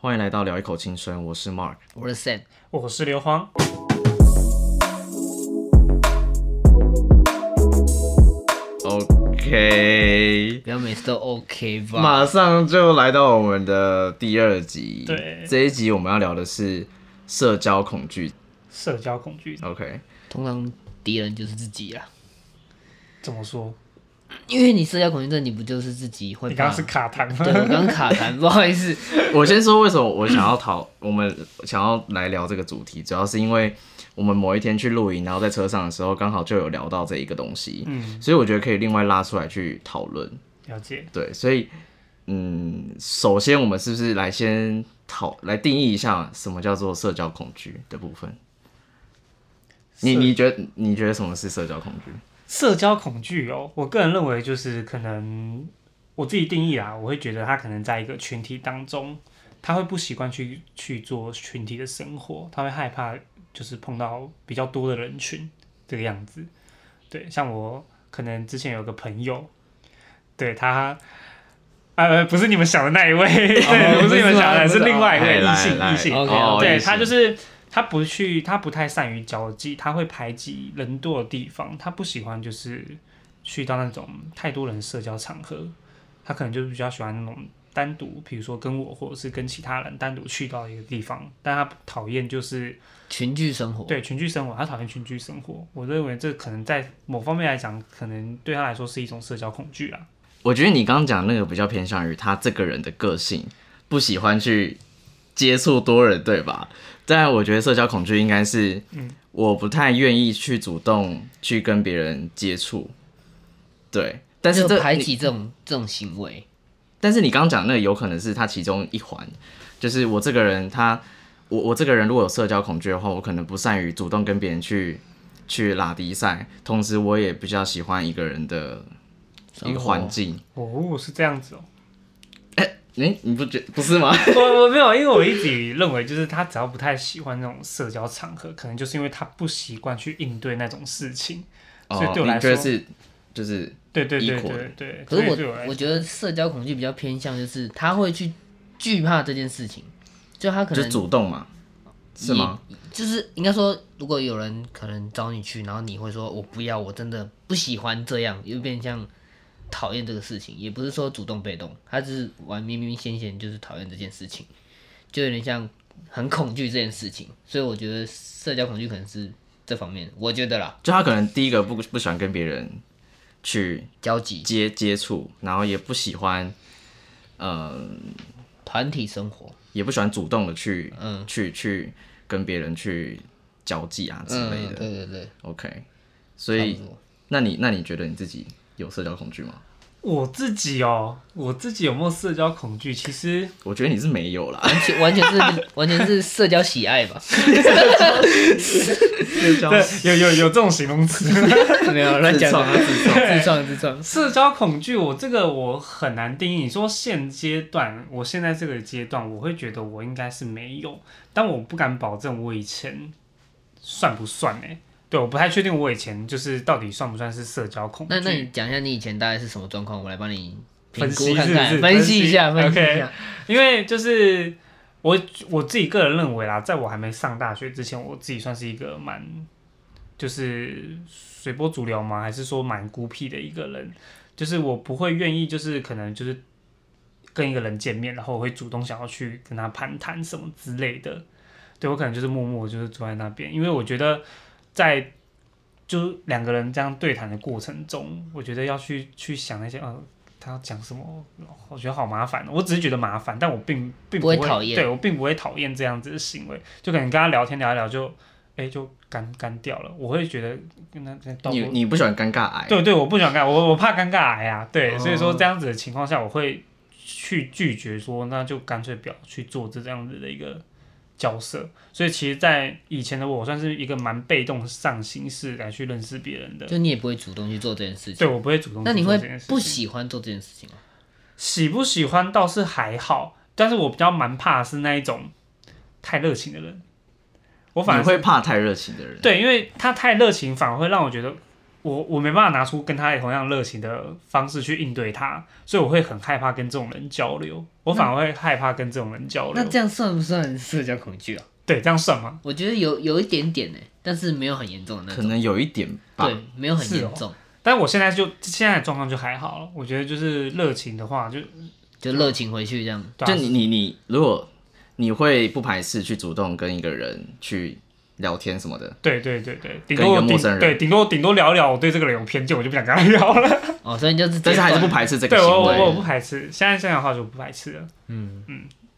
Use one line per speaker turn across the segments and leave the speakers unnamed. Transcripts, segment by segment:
欢迎来到聊一口青春，我是 Mark。
我是 Sam，
我是刘荒，
OK，
不要每次都 OK 吧？
马上就来到我们的第二集。
对
这一集我们要聊的是社交恐惧。
社交恐惧
OK，
通常敌人就是自己啦，
怎么说？
因为你社交恐惧症，你不就是自己会
你刚
怕
刚？是卡痰
啊对，我
吗？
刚卡痰，不好意思。
我先说为什么我想要 讨，我们想要来聊这个主题，主要是因为我们某一天去露营，然后在车上的时候刚好就有聊到这一个东西，
嗯，
所以我觉得可以另外拉出来去讨论。
了解。
对，所以嗯，首先我们是不是来先讨来定义一下什么叫做社交恐惧的部分？你
社
你觉得你觉得什么是社交恐惧？
社交恐惧哦，我个人认为就是可能我自己定义啊，我会觉得他可能在一个群体当中，他会不习惯去去做群体的生活，他会害怕就是碰到比较多的人群这个样子。对，像我可能之前有个朋友，对他。呃，不是你们想的那一位，对， 不是你们想的，
不是
是
吗
另外一
哎
位异
来
性，
来
异性，
OK，
哦
对
意思
他就是他不去，他不太善于交际，他会排挤人多的地方，他不喜欢就是去到那种太多人社交场合，他可能就是比较喜欢那种单独，比如说跟我或者是跟其他人单独去到一个地方，但他讨厌就是
群居生活，
对群居生活，他讨厌群居生活。我认为这可能在某方面来讲，可能对他来说是一种社交恐惧啊啦。
我觉得你刚刚讲那个比较偏向于他这个人的个性，不喜欢去接触多人，对吧？但我觉得社交恐惧应该是，
嗯
我不太愿意去主动去跟别人接触，对。但是
就
这
排
你
挤这种这种行为，
但是你刚刚讲那个有可能是他其中一环，就是我这个人他，我我这个人如果有社交恐惧的话，我可能不善于主动跟别人去去拉低赛，同时我也比较喜欢一个人的一
生
个
活
环境。
哦，是这样子哦。
诶，你不觉不是吗？
我我没有，因为我一直认为就是他只要不太喜欢那种社交场合，可能就是因为他不习惯去应对那种事情。 所以对我来
哦你觉得
说
是就是
对对对
Equal 的
对对，
可是
所以对我来
我我觉得社交恐惧比较偏向就是他会去惧怕这件事情，就他可
就是
能
主动嘛，是吗？
就是应该说，如果有人可能找你去，然后你会说“我不要，我真的不喜欢这样”，有点像讨厌这个事情，也不是说主动被动，他只是玩明明显显就是讨厌这件事情，就有点像很恐惧这件事情。所以我觉得社交恐惧可能是这方面，我觉得啦，
就他可能第一个不不喜欢跟别人去
交际、
接接触，然后也不喜欢，呃，
团体生活，
也不喜欢主动的去
嗯
去去跟别人去交际啊之类
嗯，
的。
对对对，
OK，所以
差不多
那你那你觉得你自己有社交恐惧吗？
我自己哦，我自己有没有社交恐惧？其实
我觉得你是没 有啦，
完全完全是完全是社交喜爱吧，
社 交
对有有有这种形容词。
没有乱
自
讲
创啊
的，
自创。
自创自创，
社交恐惧，我这个我很难定义。你说现阶段，我现在这个阶段，我会觉得我应该是没有，但我不敢保证我以前算不算哎、对，我不太确定我以前就是到底算不算是社交恐惧。
那那你讲一下你以前大概是什么状况，我来帮你评
分析
估看看，
是不是
分析一下，分
分析
析一下。
因为就是我我自己个人认为啦，在我还没上大学之前，我自己算是一个蛮就是随波逐流吗？还是说蛮孤僻的一个人？就是我不会愿意，就是可能就是跟一个人见面，然后我会主动想要去跟他攀谈什么之类的。对我可能就是默默就是坐在那边，因为我觉得在就是两个人这样对谈的过程中，我觉得要去去想那些呃。他要讲什么？我觉得好麻烦哦。我只是觉得麻烦，但我并并
不
会
会讨厌
对我并不会讨厌这样子的行为。就可能跟他聊天聊一聊就，哎就干干掉了。我会觉得那那倒
你
不
你不喜欢尴尬癌？
对对，我不想干，我我怕尴尬癌啊。对，
哦
所以说这样子的情况下，我会去拒绝说，那就干脆不要去做这样子的一个角色。所以其实，在以前的我，我算是一个蛮被动上心式来去认识别人的。
就你也不会主动去做这件事情
对，。我不会主动去
那你
做
会
这件事
不
情
喜欢做这件事情吗？
喜不喜欢倒是还好，但是我比较蛮怕的是那一种太热情的人。我反而
你会怕太热情的人。
对，因为他太热情，反而会让我觉得我我没办法拿出跟他同样热情的方式去应对他，所以我会很害怕跟这种人交流，我反而会害怕跟这种人交流。
那这样算不算社交恐惧啊？
对这样算吗？
我觉得有有一点点呢、但是没有很严重的那
可
种，
能有一点吧。
对，没有很
是哦
严重，
但我现在就现在的状况就还好了，我觉得就是热情的话就
就热情回去这样。
对啊
就你你你，如果你会不排斥去主动跟一个人去聊天什么的，
对对对对，顶
跟一
多
个陌
顶
生人
对顶多顶多聊一聊，我对这个人有偏见，我就不想跟他聊了。
哦，所以你就是直接
但是还是不
断
排斥这个
对我
行
我我
为。
不排斥，现在这样的话就不排斥了。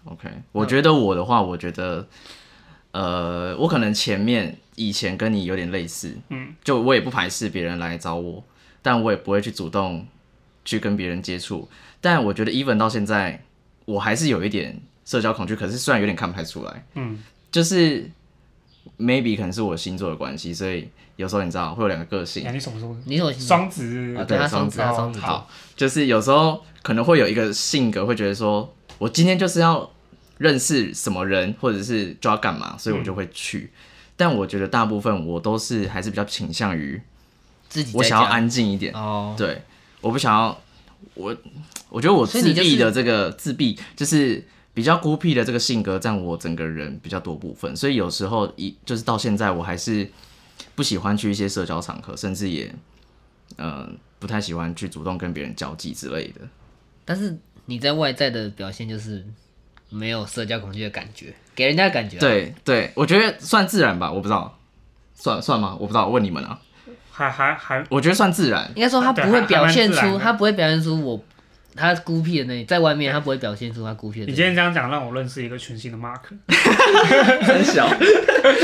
OK，我觉得我的话，我觉得，呃，我可能前面以前跟你有点类似，
嗯，
就我也不排斥别人来找我，但我也不会去主动去跟别人接触。但我觉得 even 到现在，我还是有一点社交恐惧，可是虽然有点看不太出来，
嗯，
就是 maybe 可能是我星座的关系，所以有时候你知道会有两个个性
哎，你什么时候？
你有
双子
啊，
对
对他
双
双
子
子，他双子座
好，就是有时候可能会有一个性格会觉得说，我今天就是要认识什么人，或者是就要干嘛，所以我就会
嗯
去。但我觉得大部分我都是还是比较倾向于
自己在
我想要
家
安静一点，
哦，
对，我不想要我，我觉得我
所
自
以你就是
闭的这个自闭就是。比较孤僻的这个性格占我整个人比较多部分，所以有时候一就是到现在我还是不喜欢去一些社交场合，甚至也呃不太喜欢去主动跟别人交际之类的。
但是你在外在的表现就是没有社交恐惧的感觉，给人家的感觉啊、
对对，我觉得算自然吧，我不知道算算吗？我不知道，我问你们啊。
还还还
我觉得算自然，
应该说他
对
不会表现
还蛮自然
出，
的
他不会表现出我他孤僻的那一在外面他不会表现出他孤僻的
你
那
今
一
天这样讲，让我认识一个全新的 Mark，
很小。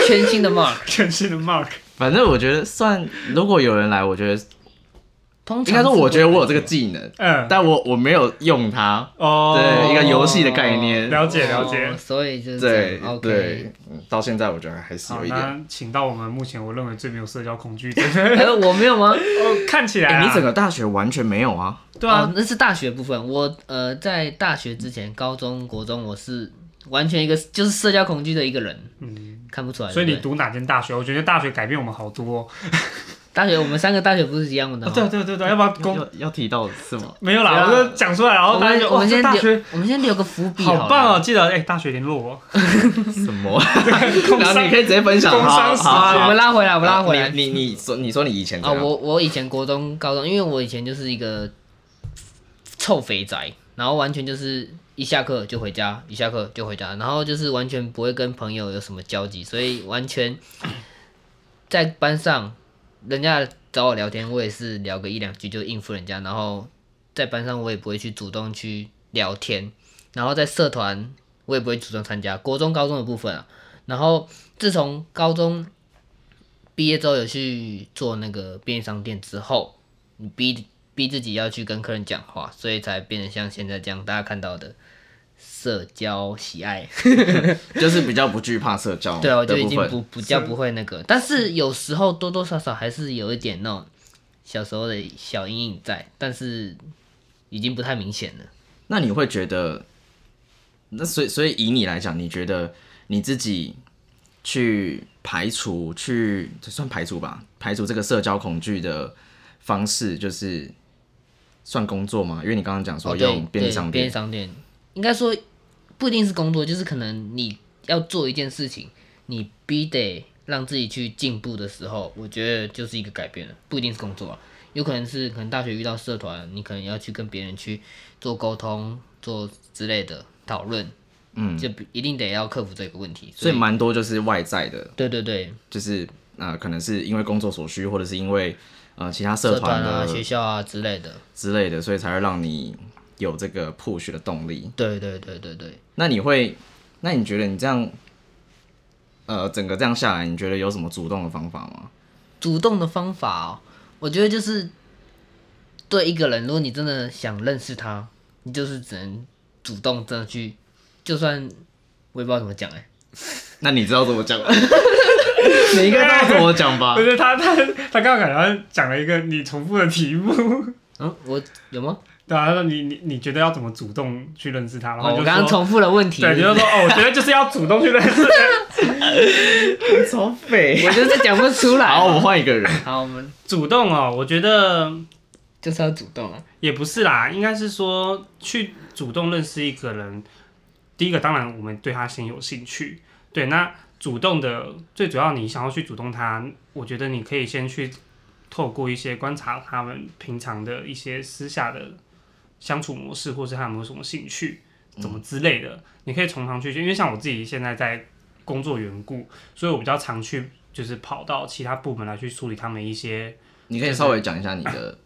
全新的 mark。
全新的 Mark。
反正我觉得算，如果有人来，我觉得
通
应
常
该说，我觉得我有这个
是
技能，
嗯，
但我我没有用它。
哦，
对，一个游戏的概念。
了
不会
解了解。
哦所以就是这
对
样 OK，
对，嗯到现在我觉得还是
好，
有一点。
那请到我们目前我认为最没有社交恐 惧的。
哎我没有吗？
哦，看起来啊、
哎，你整个大学完全没有啊？
对啊，
哦那是大学部分。我呃，在大学之前，高中、国中，我是完全一个就是社交恐惧的一个人，
嗯，
看不出来。
所以
哎对
你
不对
读哪间大学？我觉得大学改变我们好多、哦。
大学，我们三个大学不是一样的吗？
对对对对，要不要公？
要要提到是吗？
没有啦，
哦对啊
我就讲出来，然
我
后哦大家
们
就
我
哇，
们
这
先
大学
留，我们先留个伏笔
好
了
棒哦！！记得哎、大学联络我。
什么？
工
然后
商
你可以直接分享。
工
好
商
好
时
好
好，
好
我们拉回来，
好
我们拉回来。
你你你说你说你以前怎
啊，
样
我我以前国中、高中，因为我以前就是一个臭肥宅，然后完全就是一下课就回家，一下课就回家，然后就是完全不会跟朋友有什么交集，所以完全在班上人家找我聊天，我也是聊个一两句就应付人家，然后在班上我也不会去主动去聊天，然后在社团我也不会主动参加，国中、高中的部分啊，然后自从高中毕业之后有去做那个便利商店之后，你逼逼自己要去跟客人讲话，所以才变得像现在这样大家看到的社交喜爱。
就是比较不惧怕社交
对啊，我
的
就已
哦部
经
分。
不不叫不会那个，但是有时候多多少少还是有一点那种小时候的小阴影在，但是已经不太明显了。
那你会觉得，那所以所以以你来讲，你觉得你自己去排除去这算排除吧，排除这个社交恐惧的方式，就是算工作吗？因为你刚刚讲说
哦对
用便利
对
商
便利
店，
商店应该说不一定是工作，就是可能你要做一件事情，你必得让自己去进步的时候，我觉得就是一个改变了，不一定是工作啊，有可能是可能大学遇到社团，你可能要去跟别人去做沟通、做之类的讨论，
嗯，
就一定得要克服这个问题。
所
所
以蛮多就是外在的，
对对对，
就是呃，可能是因为工作所需，或者是因为呃其他社团
团啊、
的
学校啊之类的，
之类的，所以才会让你有这个 push 的动力。
对对对对对。
那你会，那你觉得你这样，呃，整个这样下来，你觉得有什么主动的方法吗？
主动的方法、哦，我觉得就是对一个人，如果你真的想认识他，你就是只能主动真的去，就算我也不知道怎么讲哎、
那你知道怎么 讲吗？你应该知道怎么讲吧
不？ 是他他他刚刚好像讲了一个你重复的题目，
嗯，我有吗？
对啊，他说你你你觉得要怎么主动去认识他？然后
哦，
就
我刚刚
说
重复了问题，
对，就是说哦，我觉得就是要主动去认识。
超肥。
我就是讲不出来。
好，我们换一个人。
好，我们
主动哦，我觉得
就是要主动啊。
也不是啦，应该是说去主动认识一个人。第一个，当然我们对他先有兴趣。对，那主动的最主要，你想要去主动他，我觉得你可以先去透过一些观察他们平常的一些私下的相处模式，或是他有没有什么兴趣，怎么之类的，你可以从旁去。因为像我自己现在在工作缘故，所以我比较常去就是跑到其他部门来去处理他们一些
你可以稍微讲一下你的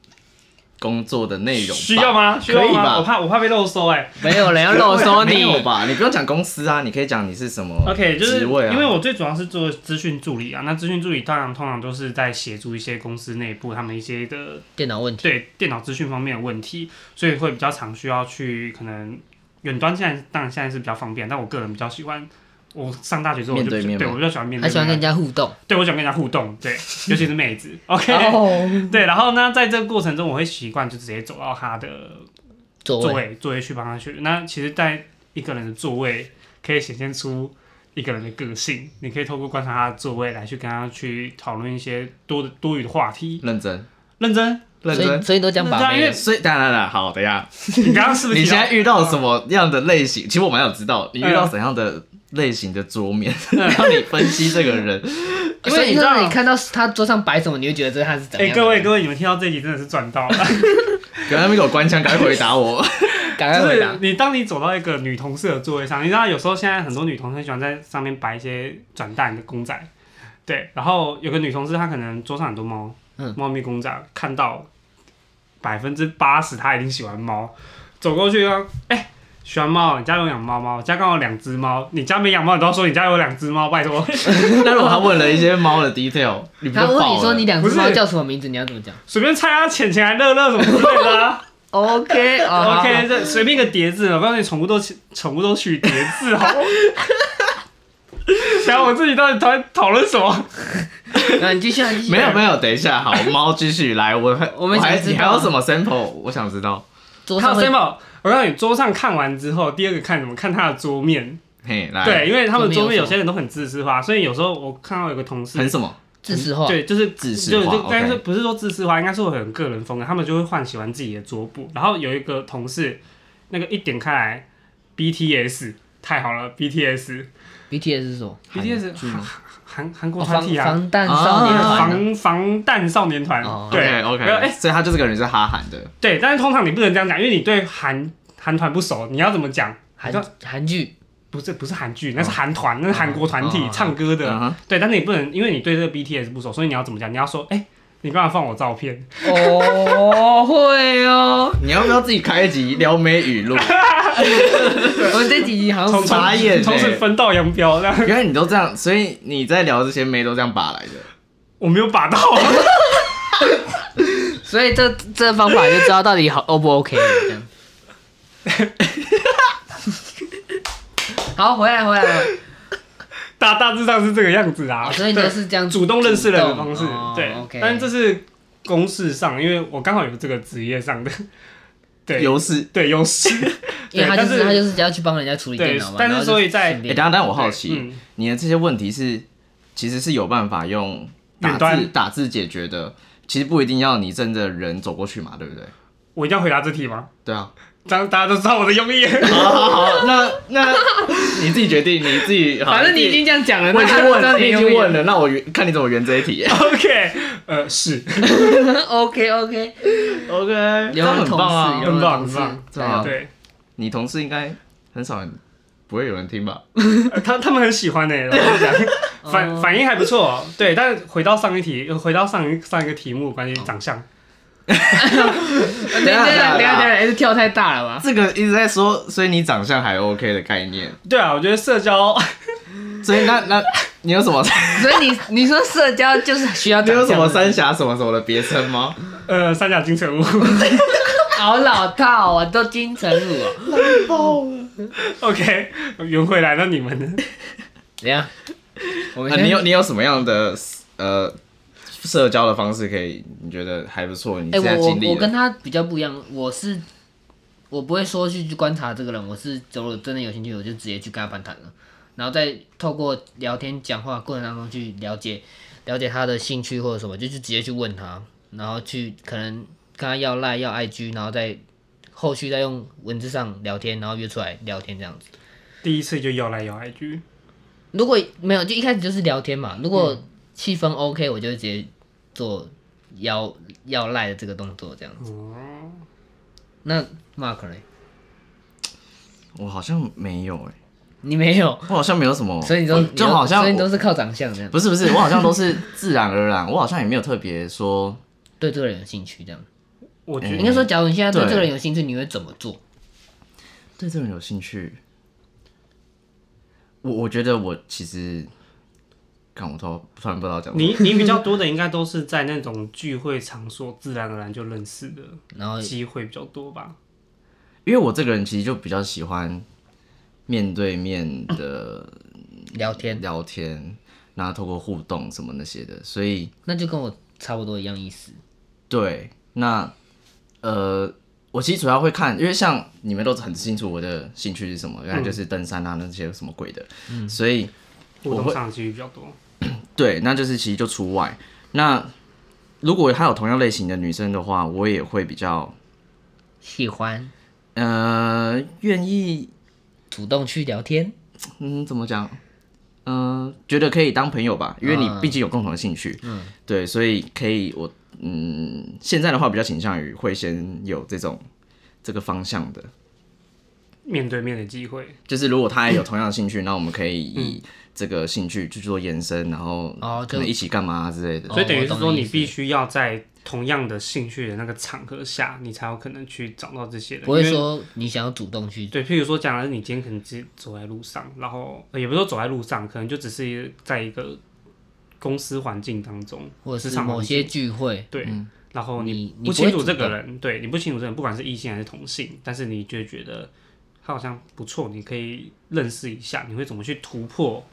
工作的内容吧，
需要吗？需要
可以
吗？
吧
我怕我怕被漏收哎、
没 有人要漏收
没
你，
有吧？你不用讲公司啊，你可以讲你是什么
OK，就是
职位啊，
因为我最主要是做资讯助理啊，那资讯助理当然通常都是在协助一些公司内部他们一些的
电脑问题。
对电脑资讯方面的问题，所以会比较常需要去可能远端现在当然现在是比较方便，但我个人比较喜欢。我上大学之后我
面
就
对面吗
我比较喜欢面
他
对
喜欢跟人
面，
家互动，
对我喜欢跟人家互动， 对，尤其是妹子。OK，、
哦，
对，然后呢，在这个过程中，我会习惯就直接走到他的
座
座
位
位座位去帮他去。那其实，在一个人的座位可以显现出一个人的个性，你可以透过观察他的座位来去跟他去讨论一些多的多余的话题。
认真
认真，
认
所以
真。
所以都讲把
那这样因
妹
为
了，
所以，当然了，好，等一下，
你刚刚是不是
你
提
现
到
在遇到什么样的类型？其实我蛮想知道你遇
嗯
到怎样的类型的桌 面，然后你分析这个人。
因为
所以
你知道啊
那你看到他桌上摆什么，你会觉得这他是怎
哎、
样？
各位，各位，你们听到这一集真的是赚到了，
不要在那边给我关枪，赶快回答 我。
赶快
就
回
是
答。
你当你走到一个女同事的座位上，你知道有时候现在很多女同事喜欢在上面摆一些转蛋的公仔，对，然后有个女同事她可能桌上很多猫，
嗯
猫咪公仔，看到百分之八十她一定喜欢猫，走过去啊，哎、喜欢猫，你家有养猫吗？我家刚好有两只猫，你家没养猫，你都要说你家有两只猫，拜托。
那如果他问了一些猫的 detail，你不
他
就
问
爆
你
了
说你两只
不是
猫叫什么名字，你要怎么讲
随便猜啊，浅浅还乐乐什么之类的啊。
？OK 哦好
OK，这随便一个叠字，我告诉你，宠物都取宠物都取叠字，好 不好。然后我自己到底讨讨论什么？
那你继续啊，你继续啊。
没有没有，等一下，好，猫继续来，我还
我们想
还
知道
你还有什么 sample？我想知道。
桌
还
上
有
会
Sam，我告诉你，桌上看完之后，第二个看什么？看他的桌面。
嘿，来，，
对，因为他们
桌
桌
面
面
有什么
有些人都很自私化，所以有时候我看到有个同事
很什么？
自私化，
对，就是
自私
就
化
就但是
OK
不是说自私化，应该是会很个人风格，他们就会换喜欢自己的桌布。然后有一个同事，那个一点开来，BTS 太好了，BTS
BTS 是什么？
BTS
剧吗
韩韩韩国
哦
团
防
体啊，
防弹少年
啊
团啊，
防防弹少年团
哦，
对
OK，
没有哎
所以他就是个人是哈韩的，
对，但是通常你不能这样讲，因为你对韩韩团不熟，你要怎么讲？
韩
好
韩剧
不是不是韩剧，那是韩团，那是韩国团
哦
体
哦
唱歌
嗯
的，
哼
对，但是你不能，因为你对这个 BTS 不熟，所以你要怎么讲？你要说，哎，你干嘛放我照片？
哦会哦，
你要不要自己开一集撩妹语录？
我们这几集 好像
从
是
从
傻眼
从
欸
此分道扬镳。这样
原来你都这样，所以你在聊这些妹都这样把来的。
我没有 把到，
所以这这方法就知道到底好 O 不 OK 了这样。好，回来回来，
大大致上是这个样子啊。
好哦所以你
对
就是这样
主动认识人的方式
主动哦，
对
OK。
但是这是公式上，因为我刚好有这个职业上的，对
优势。
对优势。
因为他就
对但
是
是
他就是只要去帮人家处理电
对
脑嘛，
但是
然后就
所以在
顺
哎、
便
等一下，但我好奇，
嗯
你的这些问题是其实是有办法用打
远
字
端
打字解决的，其实不一定要你真的人走过去嘛，对不对？
我一定要回答这题吗？
对啊，
这样大家都知道我的用意。
好好好，那那你自己决定，你自己，好
反正你已经这样讲了，
我已
那他
经
就知道
问，你
你
已经问了，那我圆看你怎么圆这一题。
OK，呃，是，
OK OK，
OK，这
有
样
没有
很
同
棒啊
事，有没有
很棒
同事
很棒
对
好
啊
对，
你同事应该很少人，不会有人听吧？
呃他他们很喜欢呢、欸，我 跟你讲
哦
反反应还不错、对，但是回到上一题，呃回到上一上一个题目，关于
哦
长相，
等一下等一下等一下，等一下还是跳太大了吧？
这个一直在说，所以你长相还 OK 的概念，
对啊，我觉得社交，
所以那那你有什么
所以你你说社交就是需要
你有
长
什
相
么
的
三峡什么什么的别称吗？
呃，三角金城武
好老套啊，都金城武哦。
，OK，圆回来，那你们呢？
怎样？我们
啊，
先
你有你有什么样的呃社交的方式可以？你觉得还不错？你
哎、
现在
我
经
我
历
我跟
的
他比较不一样，我是我不会说去去观察这个人，我是如果真的有兴趣，我就直接去跟他攀谈了，然后再透过聊天讲话过程当中去了解了解他的兴趣或者什么，就去直接去问他，然后去可能跟他要赖要 IG，然后再后续再用文字上聊天，然后约出来聊天这样子。
第一次就要来要 IG，
如果没有，就一开始就是聊天
嗯
嘛。如果气氛 OK，我就会直接做要要赖的这个动作这样子。
哦
那 Mark 嘞？
我好像没有哎、
你没有，
我好像没有什么，
所以你都
我
你
哦就
都
好像
所以你
我
都是靠长相这样，
不是不是，我好像都是自然而然，我好像也没有特别说，
对这个人有兴趣这样。
我觉
嗯
应该说，假如你现在对
对
这个人有兴趣，你会怎么做？
对这个人有兴趣。我我觉得我其实，看我突突然不知道讲什么，
你你比较多的应该都是在那种聚会场所自然而然就认识的
然后
机会比较多吧。
因为我这个人其实就比较喜欢面对面的
聊天，
聊天，然后透过互动什么那些的，所以
那就跟我差不多一样意思。
对，那呃，我其实主要会看，因为像你们都很清楚我的兴趣是什么，原来就是登山啊那些什么鬼的，所以
互动上的机会比较多，
对，那就是其实就除外。那如果还有同样类型的女生的话，我也会比较
喜欢
呃愿意，
主动去聊天，
嗯，怎么讲？嗯、觉得可以当朋友吧，因为你
啊
毕竟有共同的兴趣，嗯，对，所以可以我嗯，现在的话比较倾向于会先有这种这个方向的，
面对面的机会，
就是如果他也有同样的兴趣，那我们可以以这个兴趣去做延伸，然后
哦嗯就
可能一起干嘛之类的。
所以等于是
哦我
说，
懂你
你
意思
必须要在同样的兴趣的那个场合下，你才有可能去找到这些人。
不会
因为
说你想要主动去
对，譬如说，假如你今天可能只走在路上，然后、呃也不是说走在路上，可能就只是在一个公司环境当中，
或者
职
是
场环
某些聚会，
对，然后
你你
不
不
清
会
楚
主
这个人，对你不清楚这个人，不管是异性还是同性，但是你就会觉得他好像不错，你可以认识一下，你会怎么去突破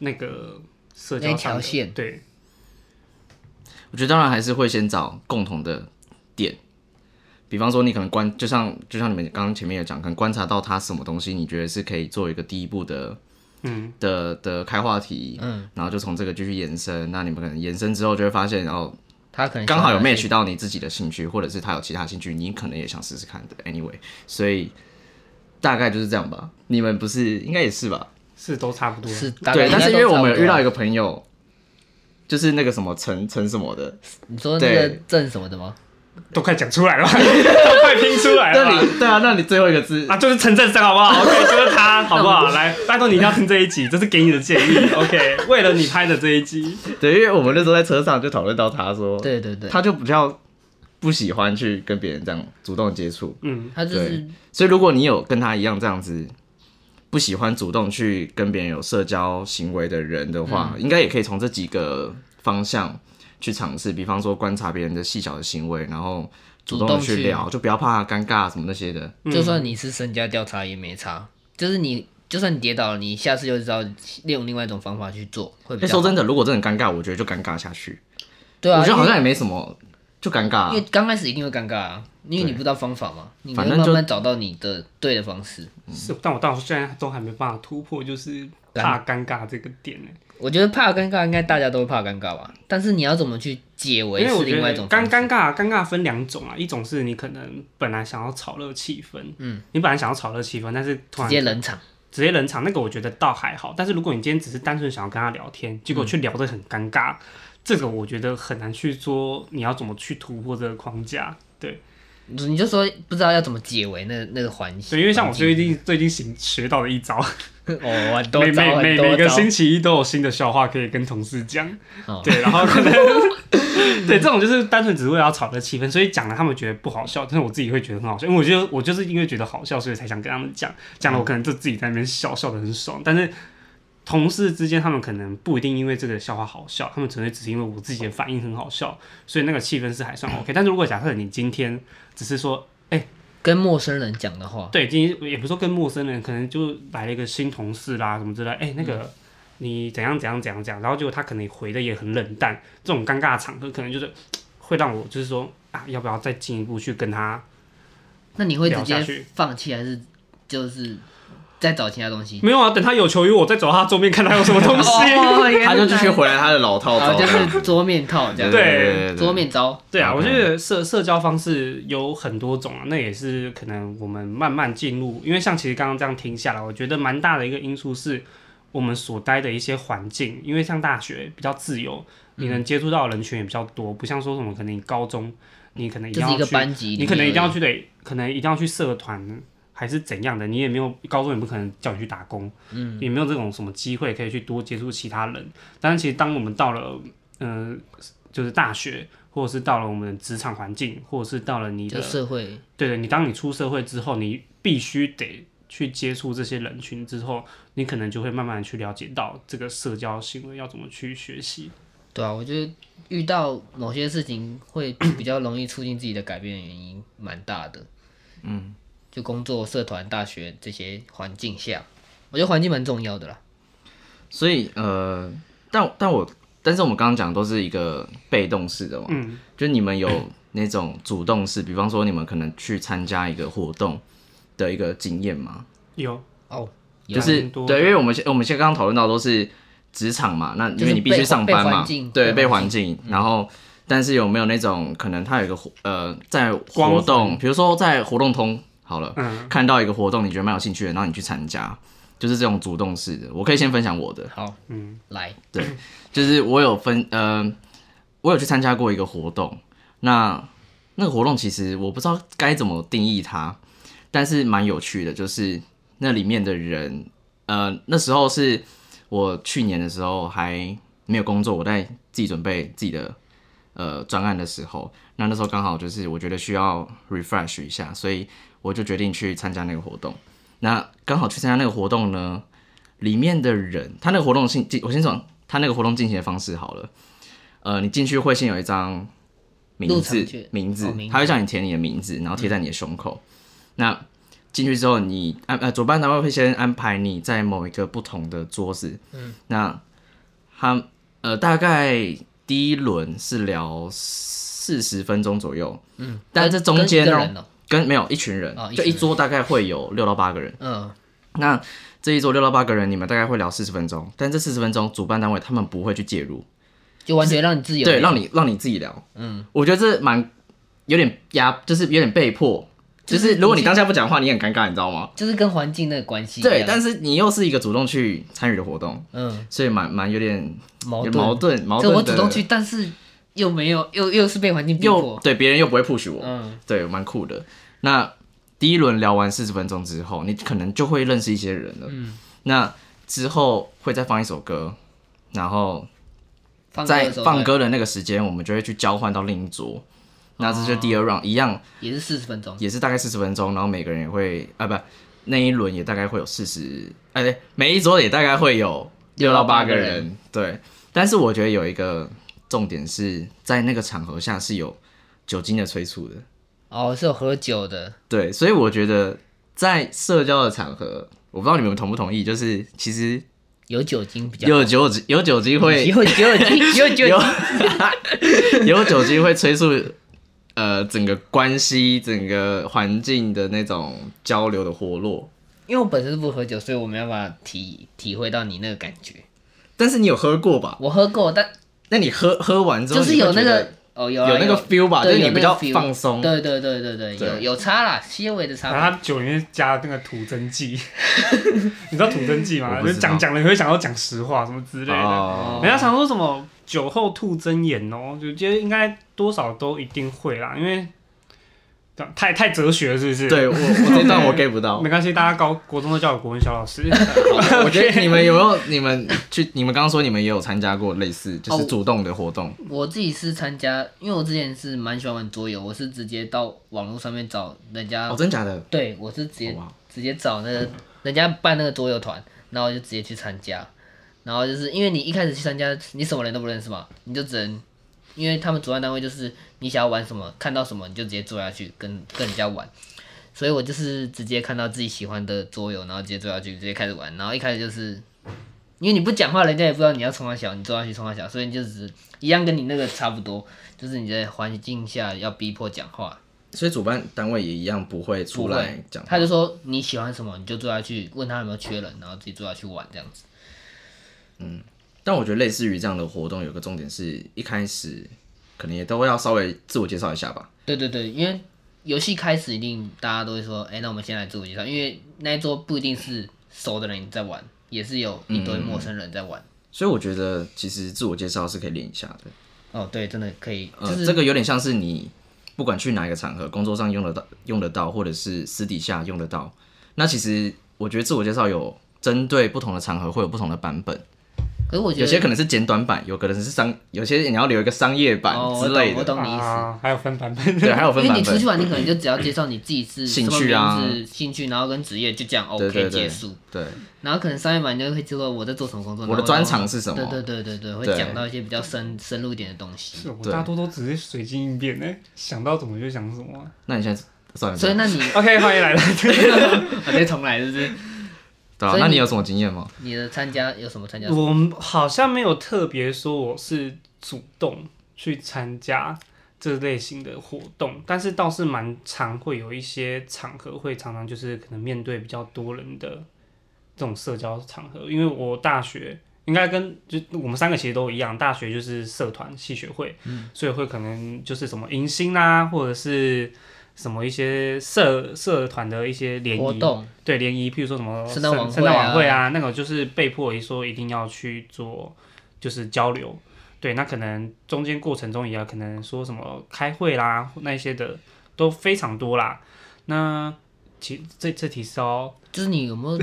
那个社交
那
上
条
的
线
对，
我觉得当然还是会先找共同的点，比方说你可能观，就像就像你们刚刚前面有讲，可能观察到他什么东西，你觉得是可以做一个第一步的，嗯，的的开话题，嗯，然后就从这个继续延伸。那你们可能延伸之后就会发现，然后
他可能
刚好有
想要
match 到你自己的兴趣，或者是他有其他兴趣，你可能也想试试看的。Anyway，所以大概就是这样吧。你们不是应该也是吧？
是都差不多。
是，大概
对，
应
但
该
是因为
都
我们
差不
有
多
遇到
啊
一个朋友，就是那个什么陈陈什么的，
你说那个
对
正什么的吗？
都快讲出来了吧， 都快拼出来了吧。
那你对啊，那你最后一个字
啊，就是陈振生，好不好？OK，就 是他，好不好？来，拜托你一定要听这一集，这是给你的建议。OK，为 了你拍的这一集，
对，因为我们那时候在车上就讨论到他说，
对对对，
他就比较不喜欢去跟别人这样主动接触，
嗯，
他就是
所以如果你有跟他一样这样子不喜欢主动去跟别人有社交行为的人的话，
嗯
应该也可以从这几个方向去尝试，比方说观察别人的细小的行为，然后主动的
主动
去
去
聊，就不要怕尴尬什么那些的。
就算你是身家调查也没差，就是你就算你跌倒了，你下次就知道利用另外一种方法去做，会比
哎、
较
说
好。
真的，如果真的尴尬，我觉得就尴尬下去，
对啊，
我觉得好
因为
像也没什么，就尴尬啊、
因为刚开始一定会尴尬啊，因为你不知道方法嘛，你会
反正就
慢慢找到你的对的方式。
是，但我到现在都还没办法突破，就是怕尴尬这个点呢。
我觉得怕尴尬，应该大家都会怕尴尬吧，但是你要怎么去解围
因为
是
我觉
另外
得
一种方
尴
式。
尴尬尴尬分两种啊，一种是你可能本来想要炒热气氛，嗯，你本来想要炒热气氛，但是突
直
然
接冷场，
直接冷场，那个我觉得倒还好。但是如果你今天只是单纯想要跟他聊天，
嗯
结果却聊得很尴尬，这个我觉得很难去说你要怎么去突破这个框架。对，
你就说不知道要怎么解围那那个环节。
对，因为像我最近最近行学到的一招，
哦，很多
每每
招
每
很
每
多
个
招，
星期一都有新的笑话可以跟同事讲，
哦
对，然后可能对这种就是单纯只是为了要炒热气氛，所以讲了他们觉得不好笑，但是我自己会觉得很好笑，因为我就我就是因为觉得好笑，所以才想跟他们讲，讲了我可能就自己在那边笑笑的很爽，但是。同事之间，他们可能不一定因为这个笑话好笑，他们纯粹只是因为我自己的反应很好笑，所以那个气氛是还算 OK。但是如果假设你今天只是说，哎、
跟陌生人讲的话，
对，今天也不是说跟陌生人，可能就来了一个新同事啦，什么之类。哎、那个、你怎样怎样怎样怎样，然后结果他可能回的也很冷淡，这种尴尬的场合，可能就是会让我就是说啊，要不要再进一步去跟他
那你会直
聊下
接
去
放弃，还是就是再找其他 东西？
没有啊，等他有求于我，再走到他桌面看他有什么东西。
哦
他就继续，回来他的老套
原来
招
啊好，就
这样
是桌面套这样，
对
桌面招，
对啊，我
OK
觉得社社交方式有很多种啊，那也是可能我们慢慢进入，因为像其实刚刚这样听下来，我觉得蛮大的一个因素是我们所待的一些环境，因为像大学比较自由，你
嗯
能接触到的人群也比较多，不像说什么可能你高中你可能一
就
定
是一
要
个
去，
班级里面而已，
你可能一定要去得，可能一定要去社团。还是怎样的，你也没有高中也不可能叫你去打工，嗯，也没有这种什么机会可以去多接触其他人。但是其实当我们到了，嗯、就是大学，或者是到了我们的职场环境，或者是到了你的
就，社会
对对，你当你出社会之后，你必须得去接触这些人群之后，你可能就会慢慢地去了解到这个社交行为要怎么去学习。
对啊，我觉得遇到某些事情会比较容易促进自己的改变的原因蛮大的。嗯，就工作、社团、大学这些环境下，我觉得环境蛮重要的啦。
所以呃，但但我但是我们刚刚讲都是一个被动式的嘛，
嗯，
就你们有那种主动式，比方说你们可能去参加一个活动的一个经验吗？
有，
哦，有
就
啊
是
蛮多的
对，因为我们现我们现在刚刚讨论到都是职场嘛，那因为你必须上班
就是被被
嘛
环境，
对，
被
被
环
环境，
嗯
然后。但是有没有那种可能，他有一个活呃，在
光
活
环
动，比如说在活动通好了，
嗯，
看到一个活动，你觉得蛮有兴趣的，然后你去参加，就是这种主动式的。我可以先分享我的，
好，嗯，来，
就是我有分，呃，我有去参加过一个活动，那那个活动其实我不知道该怎么定义它，但是蛮有趣的，就是那里面的人，呃，那时候是我去年的时候还没有工作，我在自己准备自己的呃专案的时候，那那时候刚好就是我觉得需要 refresh 一下，所以我就决定去参加那个活动。那刚好去参加那个活动呢，里面的人，他那个活动性，我先讲他那个活动进行的方式好了。呃，你进去会先有一张名
入场
字
券，
名字
哦名，字
他会叫你填你的名字，然后贴在你的胸口。那进去之后你，安呃主办单位会先安排你在某一个不同的桌子。嗯，那他呃大概第一轮是聊四十分钟左右，
嗯，
但这中
跟
间
跟一
哦
个人哦
跟没有一群人，
哦一群
就一
人
桌大概会有六到八个人。
嗯，
那这一桌六到八个人，你们大概会聊四十分钟，但这四十分钟主办单位他们不会去介入，
就完全让你自由，
对，让你让你自己聊。嗯，我觉得这蛮有点压，就是有点被迫，就
就是
是如果你当下不讲话，你很尴尬，你知道吗？
就是跟环境那个关系一样，
对，但是你又是一个主动去参与的活动，
嗯，
所以蛮蛮有点
矛
有
盾，
矛盾，矛
就
盾
我
的
主动去，但是又没有，又又是被环境逼
又
迫，
对别人又不会 push 我，
嗯，
对，蛮酷的。那第一轮聊完四十分钟之后，你可能就会认识一些人了。嗯，那之后会再放一首歌，然后
放歌
在
的时候
放
对
歌的那个时间，我们就会去交换到另一桌。那这就是第二
哦
round，一样
也是四十分钟，
也是大概四十分钟，然后每个人也会啊不，那一轮也大概会有四十，哎对，每一桌也大概会有六到八个
六到八个
人，对。但是我觉得有一个重点是在那个场合下是有酒精的催促的，
哦，是有喝酒的，
对，所以我觉得在社交的场合，我不知道你们同不同意，就是其实
有酒精比较好
有酒精有酒精会
有酒精，有 酒
有
精，
有酒精会催促呃整个关系、整个环境的那种交流的活络。
因为我本身是不喝酒，所以我没办法体体会到你那个感觉。
但是你有喝过吧？
我喝过，但
那你喝喝完之后，
就是
你会
有那
觉得
个哦，有
有
啊
那个 feel 吧，就
对
是你
有那
比
个
较
feel
放松。
对对对对对，有
对啊
有差啦，些微的差
然后
别。
他酒里面加那个吐真剂， 你知道吐真剂吗？
我不
就
知道
讲讲了你会想要讲实话什么之类的。
哦，
人家常说什么酒后吐真言哦，就觉得应该多少都一定会啦，因为这样太太哲学了是不是？，
对我我这段我 get 不到。
没关系，大家高国中都叫我国文小老 师。
我觉得你们有没有你们去你们刚刚说你们也有参加过类似就是
哦
主动的活动？
我自己是参加，因为我之前是蛮喜欢玩桌游，我是直接到网络上面找人家，
哦，真假的？
对我是直接
哇
直接找那个人家办那个桌游团，然后我就直接去参加。然后就是因为你一开始去参加，你什么人都不认识嘛，你就只能，因为他们主办单位就是你想要玩什么，看到什么你就直接坐下去跟跟人家玩。所以我就是直接看到自己喜欢的桌游，然后直接坐下去，直接开始玩。然后一开始就是，因为你不讲话，人家也不知道你要冲他小，你坐下去冲他小，所以你就只是一样跟你那个差不多，就是你在环境下要逼迫讲话，
所以主办单位也一样不会出
不
来
会
讲话。
他就说你喜欢什么，你就坐下去问他有没有缺人，然后自己坐下去玩这样子。
但我觉得类似于这样的活动，有个重点是一开始可能也都要稍微自我介绍一下吧。
对对对，因为游戏开始一定大家都会说，哎、那我们先来自我介绍，因为那一桌不一定是熟的人在玩，也是有一堆陌生人在玩。
所以我觉得其实自我介绍是可以练一下的。
哦，对，真的可以，
呃，
就是、
这个有点像是你不管去哪一个场合，工作上用得到、用得到，或者是私底下用得到。那其实我觉得自我介绍有针对不同的场合会有不同的版本，
可是我觉
有
得
些可能是简短版，有可能是商，有些你要留一个商业版
哦，我
之类
懂，我
的。
懂你意思。
啊，还有分版本。
对，还有分
因为
版
你出去
本。
玩，你可能就只要介绍你自己是什
兴
么
趣啊
名字、兴趣，然后跟职业，就这样 OK
对对对
结束。
对，
然后可能商业版就会知道我在做什么工作，
我的
然后
专长是什么
对对对对对，会
对
讲到一些比较深深入一点的东西。
是我
对
大多都只是随机应变呢、欸想到什么就讲什么啊、
那你现在算了吧
所 以，那你
OK，欢迎来了。
我再重来，就是
对啊
所以
那
你
你有什么经验吗？
你的参加有什么参加？
我们好像没有特别说我是主动去参加这类型的活动，但是倒是蛮常会有一些场合会常常就是可能面对比较多人的这种社交场合，因为我大学。应该跟就我们三个其实都一样，大学就是社团系学会，
嗯
所以会可能就是什么迎新啦、或者是什么一些社社团的一些联谊
活动
对联谊，譬如说什么
圣诞晚会啊
圣诞晚会啊，那种就是被迫说一定要去做，就是交流。对，那可能中间过程中也要可能说什么开会啦，那一些的都非常多啦。那其这这题是哦，
就是你有没有？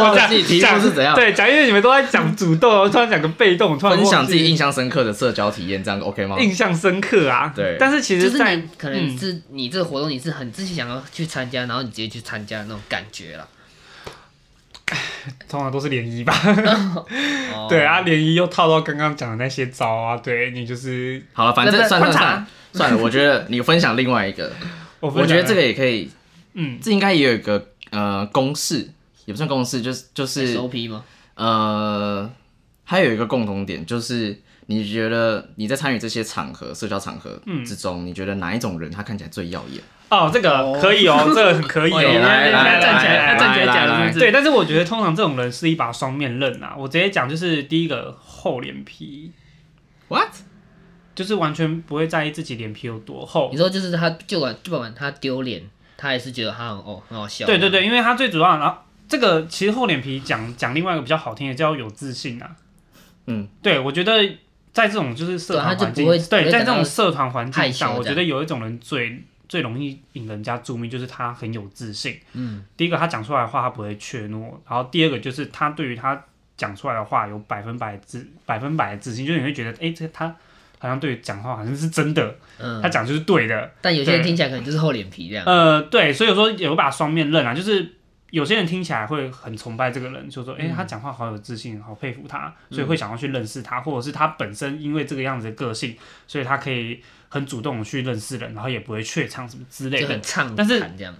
忘
讲
记题目是怎样
对，讲因为你们都在讲主动，我突然讲个被动，我突然
分享
忘
自
记
己印象深刻的社交体验，这样 OK 吗？
印象深刻啊。
对
但 是其
就
实
是
在，嗯
你可能是你这个活动你是很自己想要去参加，然后你直接去参加那种感觉啦。
通常都是联谊吧。
哦
对，啊，联谊又套到刚刚讲的那些招啊，对你就是
好了，反正
那不
算
观
了
察
算了算了，我觉得你分享另外一个，
我
我
分
觉
享
得这
了
个也可以，
嗯，
这应该也有一个呃公式，也不算公式，就是就是
SOP 吗？
呃，还有一个共同点就是，你觉得你在参与这些场合、社交场合
嗯
之中，你觉得哪一种人他看起来最耀眼？
哦，这
哦
个可以哦，这个很可以哦，
哦来来来
站起来，
来
站起来
来
讲
来
是不是？对，但是我觉得通常这种人是一把双面刃啊。我直接讲，就是第一个厚脸皮，
What？
就是完全不会在意自己脸皮有多厚
你。说就是他，就管就管他丢脸，他也是觉得他很哦很好笑。
对对对，因为他最主要，然后这个其实厚脸皮讲讲另外一个比较好听的叫有自信啊。
嗯，
对，我觉得在这种就是社团
对他就
环境，
不会
对，
不会
在这
感到
种社团环
害
境
羞
上，
这
我觉
样
得有一种人最最容易引人家注目，就是他很有自信。嗯，第一个他讲出来的话他不会怯懦，然后第二个就是他对于他讲出来的话有百分百自百分百的自信，就是你会觉得，哎、这他好像对于讲话好像是真的，
嗯
他，讲就是对的。
但有些人
对
听起来可能就是厚脸皮这样。
呃，对，所以说有一把双面刃啊，就是有些人听起来会很崇拜这个人，就说，哎、他讲话好有自信，好佩服他，所以会想要去认识他，或者是他本身因为这个样子的个性，所以他可以很主动地去认识人，然后也不会怯场什么之类
就
的
很。畅
但是
谈这样。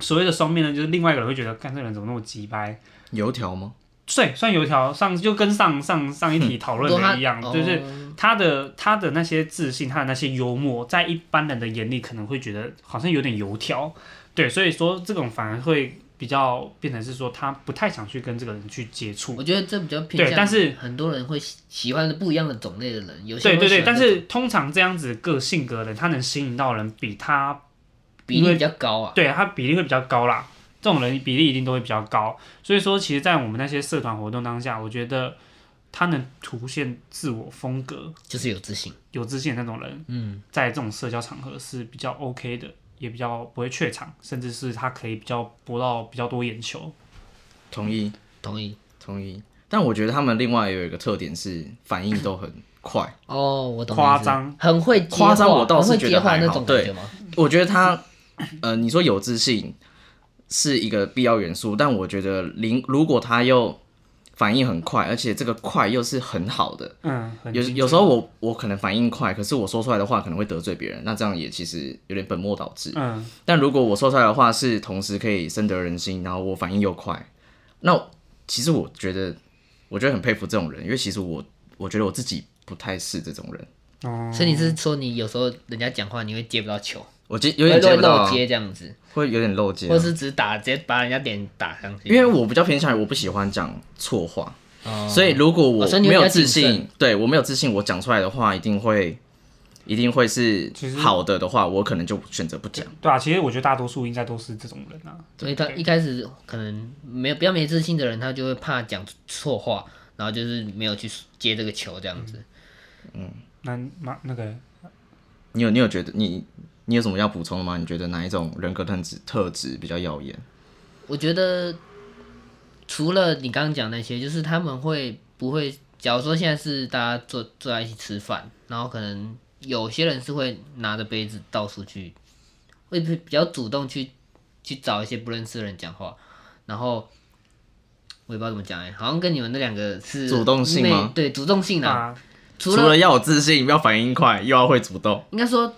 所谓的双面刃，就是另外一个人会觉得，看这个人怎么那么鸡掰。
油条吗？
对，算油条上就跟上上上一 题讨论
多他
的一样，就是
哦
他的他的那些自信，他的那些幽默，在一般人的眼里可能会觉得好像有点油条，对，所以说这种反而会比较变成是说他不太想去跟这个人去接触
我，觉得这比较偏向，
对但是
很多人会喜喜欢的不一样的种类的人，有些
对
人会
对对，
喜欢
但是通常这样子个性格的人，他能吸引到人比他
比例比较高啊。
对他比例会比较高啦，这种人比例一定都会比较高，所以说其实，在我们那些社团活动当下，我觉得他能凸现自我风格，
就是有自信，
有自信的那种人，嗯，在这种社交场合是比较 OK 的，也比较不会怯场，甚至是他可以比较博到比较多眼球。
同意，
同意。
同意。但我觉得他们另外有一个特点是反应都很快。
哦，我懂你意思。
夸张
很会接话
夸张我倒是
很
觉
会
得
接话
还
那
好
种
对
感觉吗？
我觉得他，呃，你说有自信是一个必要元素，但我觉得零如果他又反应很快，而且这个快又是很好的，
嗯，很
有
精
有
准
时候我我可能反应快，可是我说出来的话可能会得罪别人，那这样也其实有点本末倒置。
嗯，
但如果我说出来的话是同时可以深得人心，然后我反应又快，那其实我觉得我觉得很佩服这种人，因为其实我我觉得我自己不太是这种人。
哦、
所以你是说你有时候人家讲话你会接不到球，
我接有
会
点接
会
不到、
漏
啊，
接这样子，
会有点漏接啊、
或是只打直接把人家脸打上去。
因为我比较偏向于我不喜欢讲错话，
哦
所以如果我
哦所以你
没
会比
有
较
自
谨慎
信，对我没有自信，我讲出来的话一定会一定会是
其实
好的的话，我可能就选择不讲。
对啊，其实我觉得大多数应该都是这种人啊。
所以他一开始可能没有比较没自信的人，他就会怕讲错话，然后就是没有去接这个球这样子。
那那那个
你有你有觉得你你有什么要补充的吗？你觉得哪一种人格特质特质比较耀眼？
我觉得除了你刚刚讲那些，就是他们会不会，假如说现在是大家坐坐在一起吃饭，然后可能有些人是会拿着杯子到处去，会比比较主动去去找一些不认识的人讲话，然后。我也不知道怎么讲哎、好像跟你们那两个是
主动性吗
妹对，主动性啊，
啊，
除
除了
了要有自信，要反应快，又要会主动，
应该说，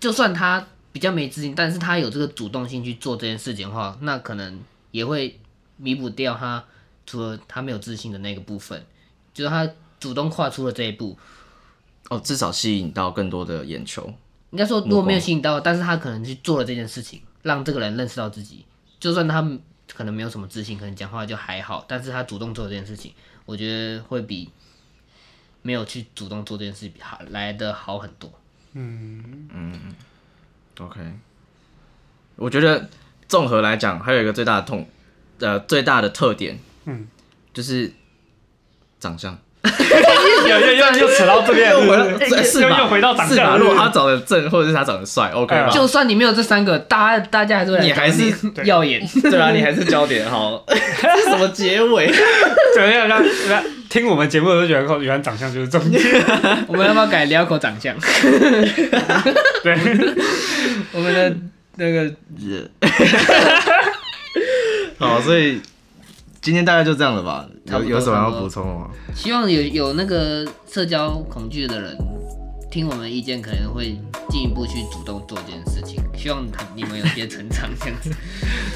就算他比较没自信，但是他有这个主动性去做这件事情的话，那可能也会弥补掉他除了他没有自信的那个部分，就是他主动跨出了这一步。
哦，至少吸引到更多的眼球。
应该说，如果没有吸引到，但是他可能去做了这件事情，让这个人认识到自己。就算他可能没有什么自信，可能讲话就还好，但是他主动做这件事情，我觉得会比没有去主动做这件事比好来的好很多。
OK，我觉得综合来讲，还有一个最大的痛，呃，最大的特点，
嗯，
就是长相。
又又又又扯到这边
又回
了，
到
是不
这
是
是
又
吧？
又回到长
是
相哎
吧？
了，
如果他长得正，或者是他长得帅，OK 吧？
就算你没有这三个，大家大家还是会来
你还是
啊找你耀眼。
对啊，你还是焦点 好。这是什么结尾？
对，让让让听我们节目的都觉得靠，原来长相就 是重点。
我们要不要改撩口长相？
对，
我们的那个
好，所以今天大概就这样了吧？
差
有
不多
有什么要
差不多
补充的吗？
希望有有那个社交恐惧的人，听我们的意见可能会进一步去主动做这件事情。希望你们有些成长，这样子。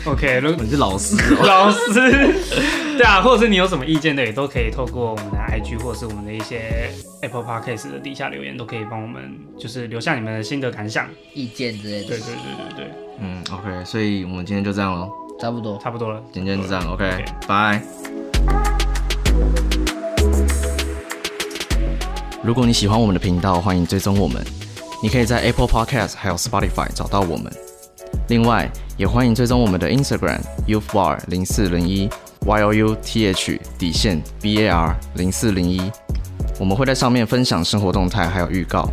OK，如
你是老师哦。
老师，对啊，或者是你有什么意见的，也都可以透过我们的 IG 或者是我们的一些 Apple Podcast 的底下留言，都可以帮我们就是留下你们的心得感想。
意见之类
对对
的，
对对对，
嗯，OK，所以我们今天就这样喽，
差不多。
差不多了。
今天就这样，OK，
OK
拜。如果你喜欢我们的频道，欢迎追踪我们。你可以在 Apple Podcast 还有 Spotify 找到我们。另外，也欢迎追踪我们的 Instagram Youth Bar 零四零一 Y O U T H 底线 B A R 零四零一，我们会在上面分享生活动态还有预告。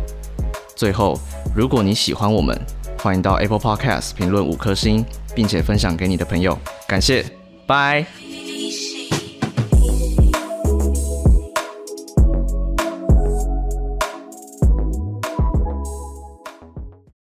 最后，如果你喜欢我们，欢迎到 Apple Podcast 评论五颗星，并且分享给你的朋友。感谢，拜。
「君の